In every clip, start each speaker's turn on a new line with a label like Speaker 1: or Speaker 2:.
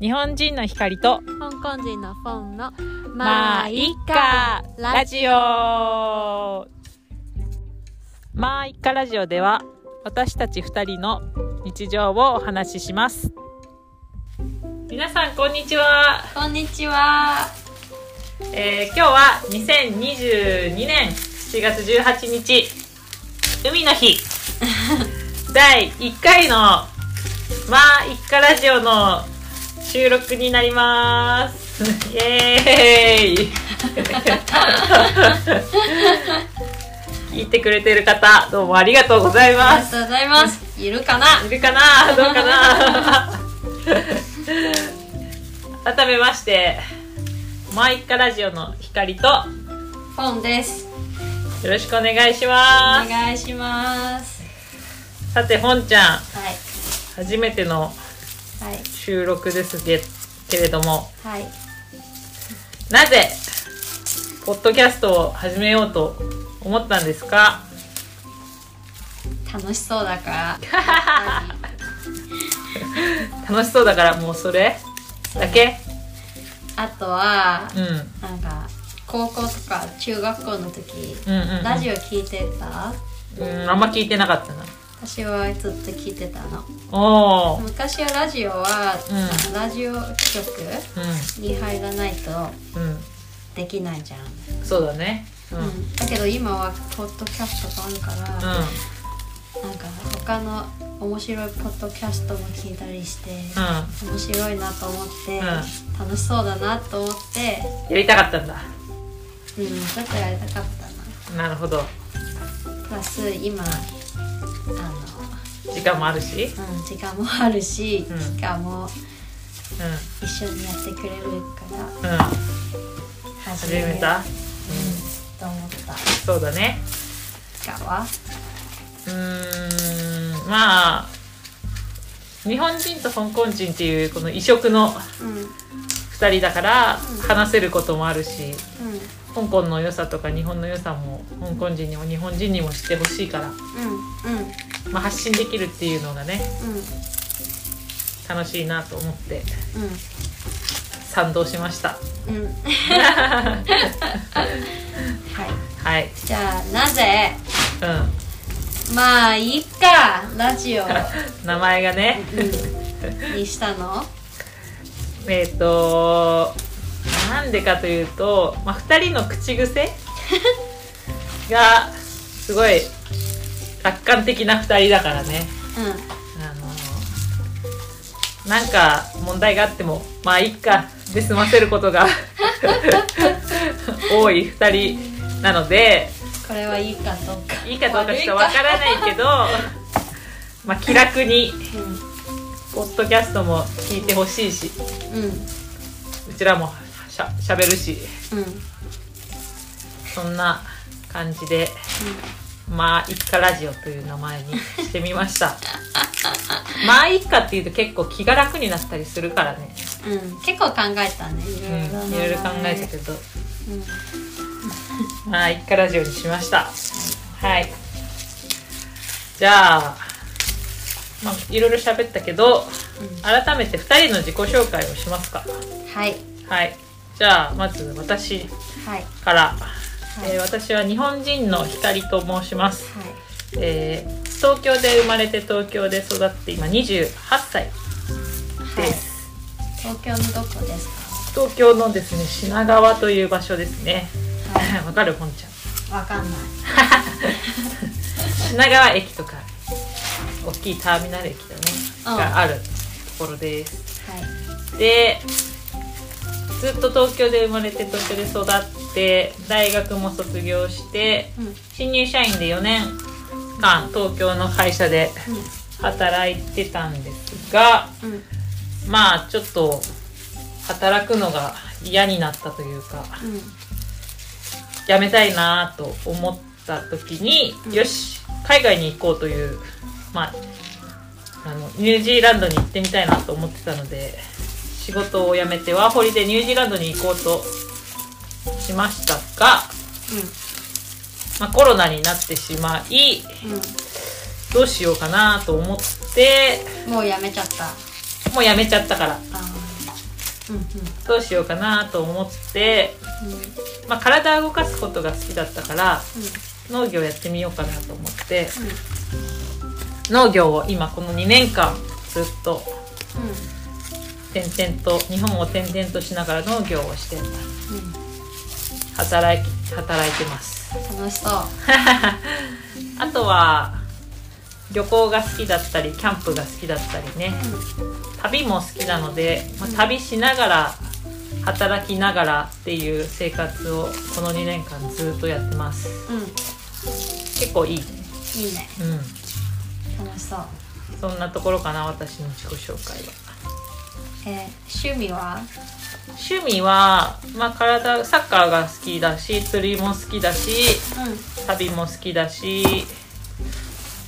Speaker 1: 日本人の光と
Speaker 2: 香港人のフォンの
Speaker 1: まあいっかラジオまあいっかラジオでは私たち二人の日常をお話しします皆さんこんにちは、
Speaker 2: こんにちは
Speaker 1: えー、今日は2022年7月18日海の日第1回のまあいっかラジオの収録になりますイエーイ聞いてくれてる方どうもありがとうござい
Speaker 2: あ
Speaker 1: ま
Speaker 2: り
Speaker 1: す
Speaker 2: がとうございますいるかない
Speaker 1: るかなどうかな改めまして「マイカラジオ」の光とよ
Speaker 2: フォンです
Speaker 1: ろしくお願いし
Speaker 2: お
Speaker 1: ます
Speaker 2: 願いします
Speaker 1: さて本ちゃん
Speaker 2: はい
Speaker 1: 初めての
Speaker 2: はい
Speaker 1: 収録ですけけれども
Speaker 2: はい
Speaker 1: なぜポッドキャストを始めようと思ったんですか
Speaker 2: 楽しそうだから
Speaker 1: 楽しそうだからもうそれだけ
Speaker 2: あとは
Speaker 1: うん
Speaker 2: なんか高校とか中学校の時
Speaker 1: うんうんうん
Speaker 2: ラジオ聞いてた
Speaker 1: うんあんま聞いてなかったな
Speaker 2: 私はずっと聞いてたの
Speaker 1: おお
Speaker 2: 昔はラジオは、
Speaker 1: うん
Speaker 2: あのラジオ局に入らないと
Speaker 1: うんうん
Speaker 2: できないじゃん、
Speaker 1: そうだねうん、うん
Speaker 2: うんだけど今はポッドキャストがあるから、なんか他の面白いポッドキャストも聞いたりして、
Speaker 1: うん
Speaker 2: 面白いなと思って、
Speaker 1: うん
Speaker 2: 楽しそうだなと思って、
Speaker 1: やりたかったんだ
Speaker 2: うん、ちょっとやりたかった
Speaker 1: なるほど
Speaker 2: なプラス今あ
Speaker 1: 時間もあるし
Speaker 2: の、うん、時間もあるし、
Speaker 1: うん
Speaker 2: 期間も
Speaker 1: う
Speaker 2: 一緒にやってくれるから
Speaker 1: んうん
Speaker 2: 始
Speaker 1: 始めた、
Speaker 2: うん、と思った
Speaker 1: そうだね
Speaker 2: 期間は
Speaker 1: うーんまあ日本人と香港人っていうこの異色の
Speaker 2: うんうん
Speaker 1: 2人だから
Speaker 2: うん
Speaker 1: 話せることもあるし香港の良さとか日本の良さも香港人にも日本人にも知ってほしいから、
Speaker 2: うんうん
Speaker 1: まあ、発信できるっていうのがね
Speaker 2: う
Speaker 1: 楽しいなと思って
Speaker 2: ん
Speaker 1: 賛同しました
Speaker 2: うんうんは
Speaker 1: は
Speaker 2: い
Speaker 1: い
Speaker 2: じゃあなぜ
Speaker 1: う
Speaker 2: まあいいかラジ
Speaker 1: ん
Speaker 2: オ、
Speaker 1: 名前がね
Speaker 2: うん、にしたの
Speaker 1: えっ、となんでかというと、まあ、2人の口 癖がすごい楽観的な2人だからね、
Speaker 2: う
Speaker 1: あのなんか問題があってもまあいっかで済ませること が多い2人なので
Speaker 2: んこれはいいかどうか
Speaker 1: いいかどうかちょっとわからないけどまあ気楽にポッドキャストも聞いてほしいし
Speaker 2: うんうん
Speaker 1: うちらもしゃしゃべるし。
Speaker 2: うん
Speaker 1: そんな感じで、まあ一家ラジオという名前にしてみました まあ一家っていうと結構気が楽になったりするからね、
Speaker 2: うん結構考えたねいろいろ
Speaker 1: うん、いろいろ考えたけど
Speaker 2: うん
Speaker 1: まあ一家ラジオにしましたはいじゃあまあいろいろ喋ったけど改めて2人の自己紹介をしますか
Speaker 2: はい
Speaker 1: はいじゃあまず私
Speaker 2: はいはい
Speaker 1: から、えー私は日本人の光と申しますえー東京で生まれて東京で育って今28歳
Speaker 2: はいは
Speaker 1: で
Speaker 2: い
Speaker 1: す、
Speaker 2: 東京のどこですか
Speaker 1: 東京のですね品川という場所ですね
Speaker 2: は
Speaker 1: わかる本ちゃん
Speaker 2: いわかんない
Speaker 1: 品川駅とか大きいターミナル駅だね、
Speaker 2: うん
Speaker 1: があるところです
Speaker 2: はい
Speaker 1: でずっと東京で生まれて東京で育って大学も卒業して
Speaker 2: うん
Speaker 1: 新入社員で4年間東京の会社で働いてたんですが
Speaker 2: うんうん
Speaker 1: まあちょっと働くのが嫌になったというか
Speaker 2: うん
Speaker 1: やめたいなと思った時に、
Speaker 2: うん
Speaker 1: よし海外に行こうというまああのニュージーランドに行ってみたいなと思ってたので仕事を辞めてワーホリでニュージーランドに行こうとしましたが、まあ、コロナになってしまい
Speaker 2: うん
Speaker 1: どうしようかなと思って
Speaker 2: うんもうやめちゃった
Speaker 1: もう辞めちゃったから
Speaker 2: あーうん
Speaker 1: どうしようかなと思って、
Speaker 2: うんうん
Speaker 1: まあ、体を動かすことが好きだったから農業やってみようかなと思って農業を今この2年間ずっと
Speaker 2: うん
Speaker 1: 転々と日本を転々としながら農業をして
Speaker 2: うん
Speaker 1: 働き働いてます
Speaker 2: うん楽しそう
Speaker 1: あとは旅行が好きだったりキャンプが好きだったりね旅も好きなので、まあ旅しながら働きながらっていう生活をこの2年間ずっとやってます
Speaker 2: うん、うん、
Speaker 1: 結構いいね
Speaker 2: いいね
Speaker 1: うん
Speaker 2: 楽しそう
Speaker 1: そんなところかな私の自己紹介は
Speaker 2: えー、趣味は
Speaker 1: 趣味は、まあ、体サッカーが好きだし釣りも好きだし
Speaker 2: うん
Speaker 1: 旅も好きだし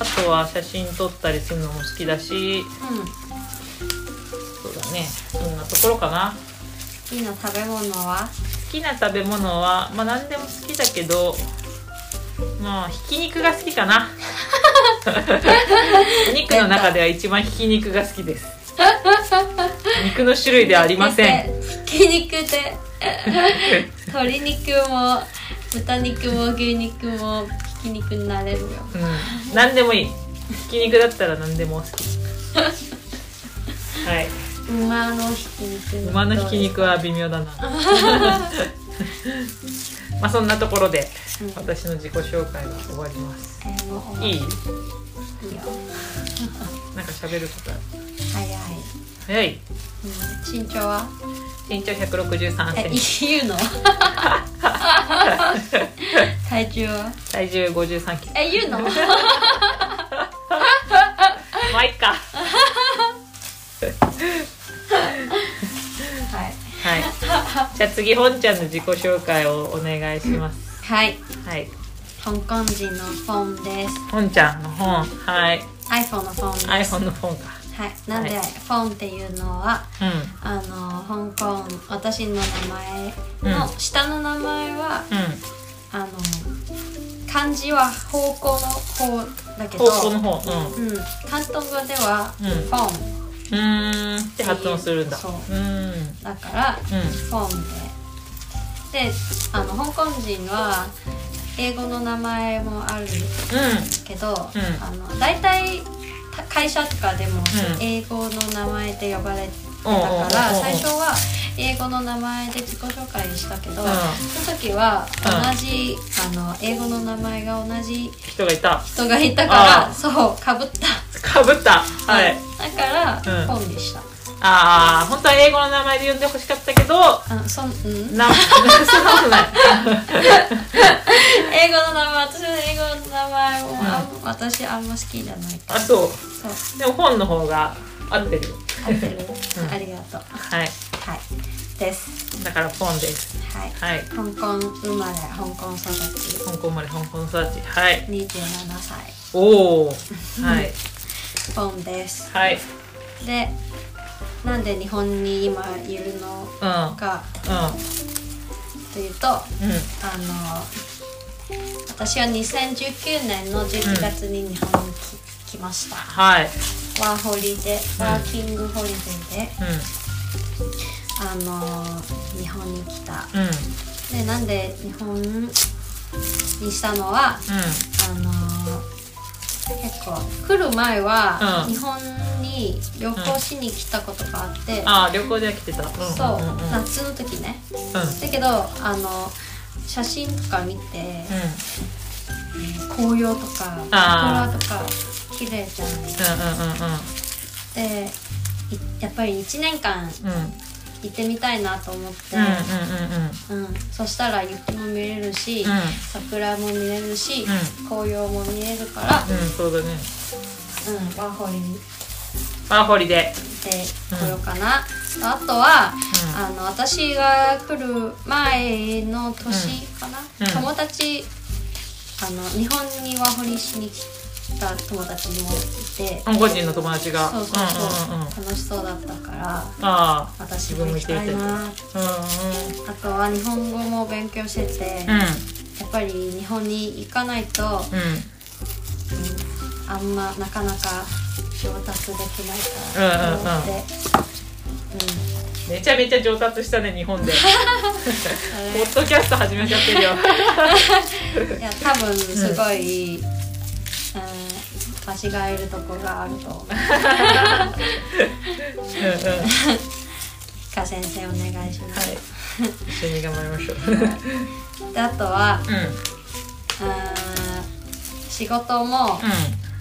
Speaker 1: あとは写真撮ったりするのも好きだし
Speaker 2: う
Speaker 1: そうだねそんなところかなん
Speaker 2: いいの食べ物は
Speaker 1: 好きな食べ物は、まあ、何でも好きだけどまあひき肉が好きかなお肉の中では一番ひき肉が好きです肉の種類ではありません
Speaker 2: んひき肉で鶏肉も豚肉も牛肉もひき肉になれるよ
Speaker 1: うん、何でもいいひき肉だったら何でも好 きはい
Speaker 2: 馬のひき肉
Speaker 1: 馬のひき肉は微妙 だなまあそんなところで
Speaker 2: うん
Speaker 1: 私の自己紹介は終わります
Speaker 2: えーもう
Speaker 1: いい
Speaker 2: いいよ
Speaker 1: なんか喋ることある
Speaker 2: 早い、
Speaker 1: 早い
Speaker 2: うん、身長は
Speaker 1: 身長1 6 3
Speaker 2: え
Speaker 1: センチ
Speaker 2: 言うの体重は
Speaker 1: 体重5 3キロ
Speaker 2: え言う のうん
Speaker 1: まあいっか
Speaker 2: はい
Speaker 1: はいじゃあ次本ちゃんの自己紹介をお願いします
Speaker 2: はい
Speaker 1: はい
Speaker 2: 香港人のフォンです
Speaker 1: 本ちゃんの本はい
Speaker 2: iPhone のフォンです
Speaker 1: iPhone の本か
Speaker 2: はいなんで、
Speaker 1: はい
Speaker 2: フォンっていうのは
Speaker 1: うん
Speaker 2: あの香港私の名前の
Speaker 1: う
Speaker 2: 下の名前は、
Speaker 1: う
Speaker 2: あの漢字は方向の方だけど
Speaker 1: ん方向の方うん
Speaker 2: うん、広東語では
Speaker 1: うん
Speaker 2: フォン
Speaker 1: うーんって発音するんだ。
Speaker 2: そう
Speaker 1: ーん。
Speaker 2: だから
Speaker 1: うん。
Speaker 2: フォンでであの香港人は英語の名前もあるけど、
Speaker 1: ん
Speaker 2: あの大体た会社とかでも
Speaker 1: うん
Speaker 2: 英語の名前で呼ばれて
Speaker 1: うん。
Speaker 2: だから
Speaker 1: うんうん
Speaker 2: 最初は英語の名前で自己紹介したけど、
Speaker 1: うん
Speaker 2: その時は
Speaker 1: うん
Speaker 2: 同じ、あの英語の名前が同じ
Speaker 1: 人がいた。
Speaker 2: 人がいたから、
Speaker 1: あー
Speaker 2: そうかぶった、
Speaker 1: かぶった。はい。
Speaker 2: だから、
Speaker 1: うん
Speaker 2: 本にした、
Speaker 1: ああ、本当は英語の名前で呼んでほしかったけど、
Speaker 2: あそんうん、英語
Speaker 1: な、そんなことない。
Speaker 2: の名前私の英語の名前も、あん私あんま好きじゃない
Speaker 1: あ、そ
Speaker 2: そう
Speaker 1: う。でも本の方が合ってる よ。
Speaker 2: 合ってる、
Speaker 1: ん
Speaker 2: ありがとう
Speaker 1: はい。
Speaker 2: はいです
Speaker 1: だからポンです。
Speaker 2: はい
Speaker 1: はい。
Speaker 2: 香港生まれ香港育ち
Speaker 1: 香港生まれ、香港育ち。はい。
Speaker 2: 27歳
Speaker 1: おお。はい。
Speaker 2: ポンです
Speaker 1: はい。
Speaker 2: でなんで日本に今いるの
Speaker 1: うん。
Speaker 2: か
Speaker 1: う
Speaker 2: というとあ
Speaker 1: ん。うん。
Speaker 2: の私は2019年の11月に日本に来,、ました
Speaker 1: はい。
Speaker 2: ワーホリで
Speaker 1: うん
Speaker 2: ワーキングホリデーで、
Speaker 1: う
Speaker 2: あの日本に来た
Speaker 1: ん。うん。
Speaker 2: でなんで日本にしたのは
Speaker 1: う
Speaker 2: あの結構来る前は
Speaker 1: うん
Speaker 2: 日本に旅行しに来たことがあって、
Speaker 1: ん。ああ、旅行では来てた。うん。
Speaker 2: そう、
Speaker 1: うん。うん。うん
Speaker 2: 夏の時ねだけどあの写真とか見て、
Speaker 1: うん
Speaker 2: 紅葉とか
Speaker 1: あ
Speaker 2: 桜とか綺麗じゃな
Speaker 1: う
Speaker 2: い
Speaker 1: ん
Speaker 2: でいやっぱり1年間
Speaker 1: うんうんうん
Speaker 2: 行ってみたいなと思って、
Speaker 1: うんうんうん
Speaker 2: うんそしたら雪も見れるし、
Speaker 1: うん
Speaker 2: 桜も見れるし、
Speaker 1: う
Speaker 2: 紅葉も見れるか
Speaker 1: う
Speaker 2: ら、
Speaker 1: んそうだね
Speaker 2: うんワーホリに行
Speaker 1: ワーホリで
Speaker 2: ってこようかな、あとは、
Speaker 1: うん
Speaker 2: あの私が来る前の年かな、
Speaker 1: うんうん
Speaker 2: 友達あの日本にワーホリしに来た友達もいて
Speaker 1: 香港人の友達が
Speaker 2: そうそうそう,、
Speaker 1: んうんうん
Speaker 2: 楽しそうだったから
Speaker 1: ああ
Speaker 2: 私も行きたいな
Speaker 1: うん
Speaker 2: あとは日本語も勉強して
Speaker 1: う
Speaker 2: て、
Speaker 1: ん
Speaker 2: やっぱり日本に行かないと、
Speaker 1: うん
Speaker 2: うんあんまなかなか上達できないか
Speaker 1: うん
Speaker 2: ら
Speaker 1: うんうん
Speaker 2: と思って、
Speaker 1: めちゃめちゃ上達したね日本でポッドキャスト始めちゃってるよ
Speaker 2: いや多分すごい、うん、間違えるとこがあると思
Speaker 1: うん
Speaker 2: う
Speaker 1: うんは
Speaker 2: か先生お願いします、
Speaker 1: い一緒に頑張りましょう
Speaker 2: であとは
Speaker 1: うん
Speaker 2: うん仕事も
Speaker 1: う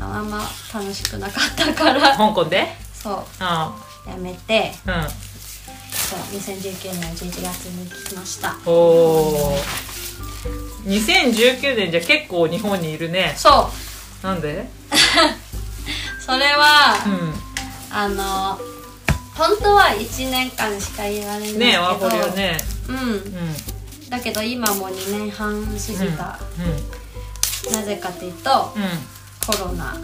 Speaker 2: あんま楽しくなかったから
Speaker 1: ん香港で
Speaker 2: そ
Speaker 1: あ
Speaker 2: うやめて
Speaker 1: あ
Speaker 2: そう2019年11月に来ました
Speaker 1: うんおお2019年じゃ結構日本にいるね
Speaker 2: そ
Speaker 1: なんで
Speaker 2: うそれは、
Speaker 1: う
Speaker 2: あの本当は1年間しかいられないん
Speaker 1: ん
Speaker 2: だ
Speaker 1: ね
Speaker 2: け
Speaker 1: え
Speaker 2: ど
Speaker 1: ワーホリはね
Speaker 2: うん
Speaker 1: うん
Speaker 2: だけど今もう2年半過ぎた、
Speaker 1: うんうん
Speaker 2: なぜかというと
Speaker 1: うん
Speaker 2: コロナで、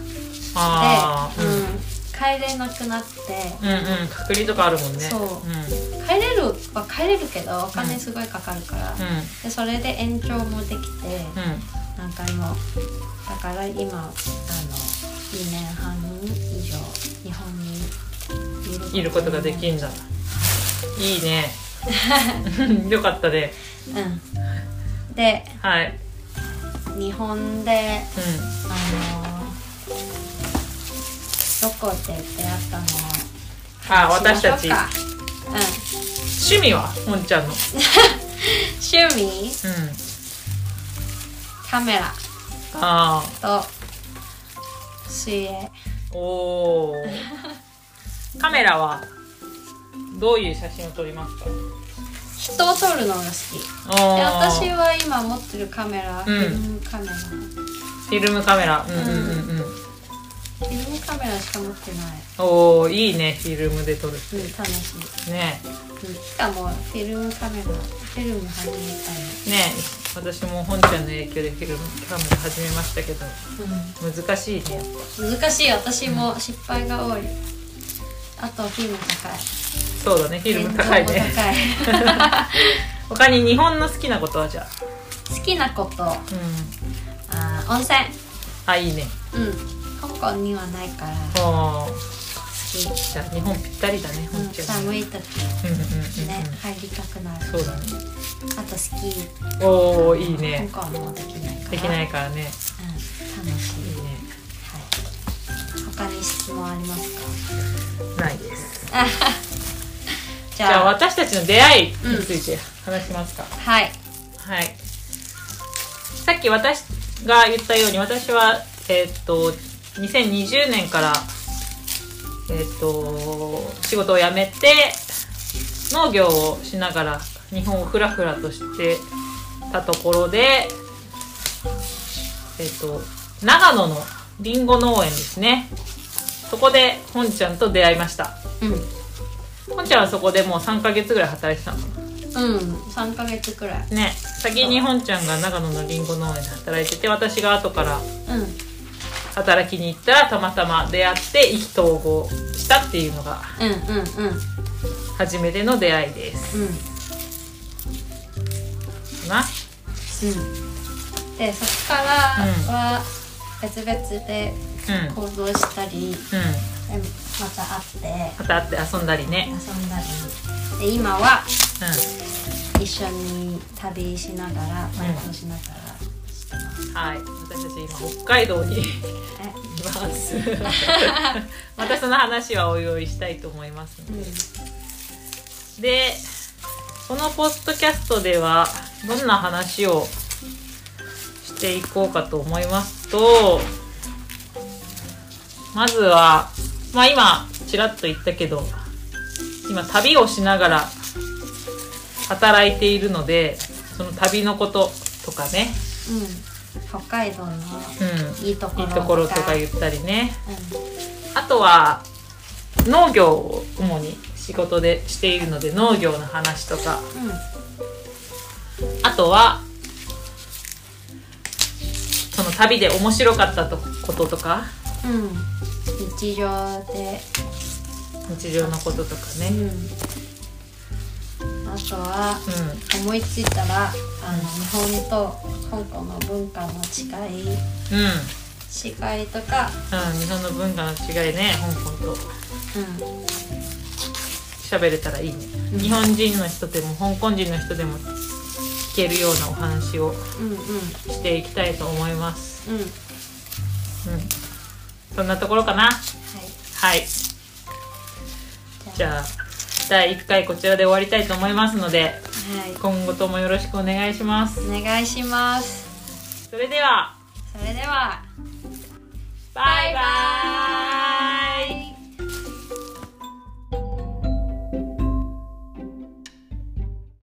Speaker 1: ああ
Speaker 2: うん、帰れなくなって
Speaker 1: うんうん隔離とかあるもんね
Speaker 2: そう
Speaker 1: うんう
Speaker 2: 帰れるは帰れるけどお金すごいかかるから、
Speaker 1: ん
Speaker 2: でそれで延長もできて
Speaker 1: うん
Speaker 2: 何回もだから今あの2年半以上日本に
Speaker 1: い
Speaker 2: いる
Speaker 1: ることができんだいい ねよかったね
Speaker 2: うんで
Speaker 1: はい
Speaker 2: 日本で
Speaker 1: う
Speaker 2: あのどこで出会ったの
Speaker 1: んあ私たち
Speaker 2: しましょうか
Speaker 1: 趣味はもんちゃんの
Speaker 2: うん趣味
Speaker 1: うん
Speaker 2: カメラ
Speaker 1: あ
Speaker 2: と水泳
Speaker 1: あおお カメラはどういう写真を撮りますか
Speaker 2: 人を撮るのが好き
Speaker 1: おー
Speaker 2: で私は今持ってるカメラ、フ
Speaker 1: うん
Speaker 2: ィルムカメラ
Speaker 1: フィルムカメラ
Speaker 2: フ
Speaker 1: うんうんうんうん
Speaker 2: ィルムカメラしか持ってない、
Speaker 1: おおいいねフィルムで撮る
Speaker 2: うん、楽しい
Speaker 1: ね
Speaker 2: うんしかもフィルムカメラフィルム始めた
Speaker 1: ね私も本ちゃんの影響でフィルムカメラ始めましたけど
Speaker 2: い、
Speaker 1: 難しいね
Speaker 2: 難しい私も失敗が多いあとフィルム高い
Speaker 1: そうだねフィルム高い
Speaker 2: 現像
Speaker 1: ね
Speaker 2: も高い
Speaker 1: 他に日本の好きなことはじゃあ
Speaker 2: 好きなこと
Speaker 1: うん
Speaker 2: あー温泉
Speaker 1: あいいね
Speaker 2: うん香港にはないから好
Speaker 1: おー
Speaker 2: き、
Speaker 1: じゃあ日本ぴったりだね
Speaker 2: う
Speaker 1: 本
Speaker 2: ん、
Speaker 1: ちゃん
Speaker 2: 寒い時
Speaker 1: うんうんうんうん
Speaker 2: ね、入りたくなる
Speaker 1: そうだね
Speaker 2: あとスキー
Speaker 1: おおいいね
Speaker 2: 香港もできないから
Speaker 1: できないからね
Speaker 2: うん、楽しい
Speaker 1: いいね
Speaker 2: はい他に質問ありますか
Speaker 1: ないです
Speaker 2: じ
Speaker 1: じゃあ
Speaker 2: ゃあ
Speaker 1: 私たちの出会いについて話しますか、
Speaker 2: はい
Speaker 1: はいさっき私が言ったように私はえーっと2020年からえーっと仕事を辞めて農業をしながら日本をふらふらとしてたところでえーっと長野のりんご農園ですねそこで本ちゃんと出会いました
Speaker 2: うん
Speaker 1: 本ちゃんはそこでもう3ヶ月ぐらい働いてたの
Speaker 2: うん3ヶ月くらい
Speaker 1: ね先に本ちゃんが長野のりんご農園で働いてて私が後から
Speaker 2: うん
Speaker 1: 働きに行ったらたまたま出会って意気投合したっていうのが
Speaker 2: うんうんうん
Speaker 1: 初めての出会いです
Speaker 2: うん
Speaker 1: な
Speaker 2: うんでそこからは別々で
Speaker 1: うんうん
Speaker 2: 行動したり、でまた会って
Speaker 1: また会って遊んだりね
Speaker 2: 遊んだりで今は
Speaker 1: う
Speaker 2: 一緒に旅しながらバイトしながらしてます、
Speaker 1: んはい私たち今北海道にい
Speaker 2: え
Speaker 1: ますまたその話はおいおいしたいと思いますのででこのポッドキャストではどんな話をしていこうかと思いますとまずはまあ今ちらっと言ったけど今旅をしながら働いているのでその旅のこととかね、
Speaker 2: うん、うん、北海道の
Speaker 1: うん、
Speaker 2: いいとこ
Speaker 1: いい
Speaker 2: ろとか
Speaker 1: ところとか言ったりね
Speaker 2: う
Speaker 1: あとは農業を主に仕事でしているので農業の話とか
Speaker 2: んうん
Speaker 1: あとはその旅で面白かったとこととか
Speaker 2: うん、日常で、
Speaker 1: 日常のこととか
Speaker 2: う
Speaker 1: ね
Speaker 2: ん、あとは
Speaker 1: うん
Speaker 2: 思いついたらあの日本と香港の文化の違い
Speaker 1: うん、
Speaker 2: 違いとか、
Speaker 1: うん、日本の文化の違いね香港と
Speaker 2: うん、
Speaker 1: 喋れたらいいね
Speaker 2: うん
Speaker 1: 日本人の人でも香港人の人でも聞けるようなお話を
Speaker 2: うんうん
Speaker 1: していきたいと思います、
Speaker 2: うん
Speaker 1: う
Speaker 2: はい
Speaker 1: ん、そんなところかなはいじ
Speaker 2: あ
Speaker 1: ゃあ第1回こちらで終わりたいと思いますので
Speaker 2: はい
Speaker 1: 今後ともよろしくお願いします
Speaker 2: お願いします
Speaker 1: それでは
Speaker 2: それでは
Speaker 1: バイバイ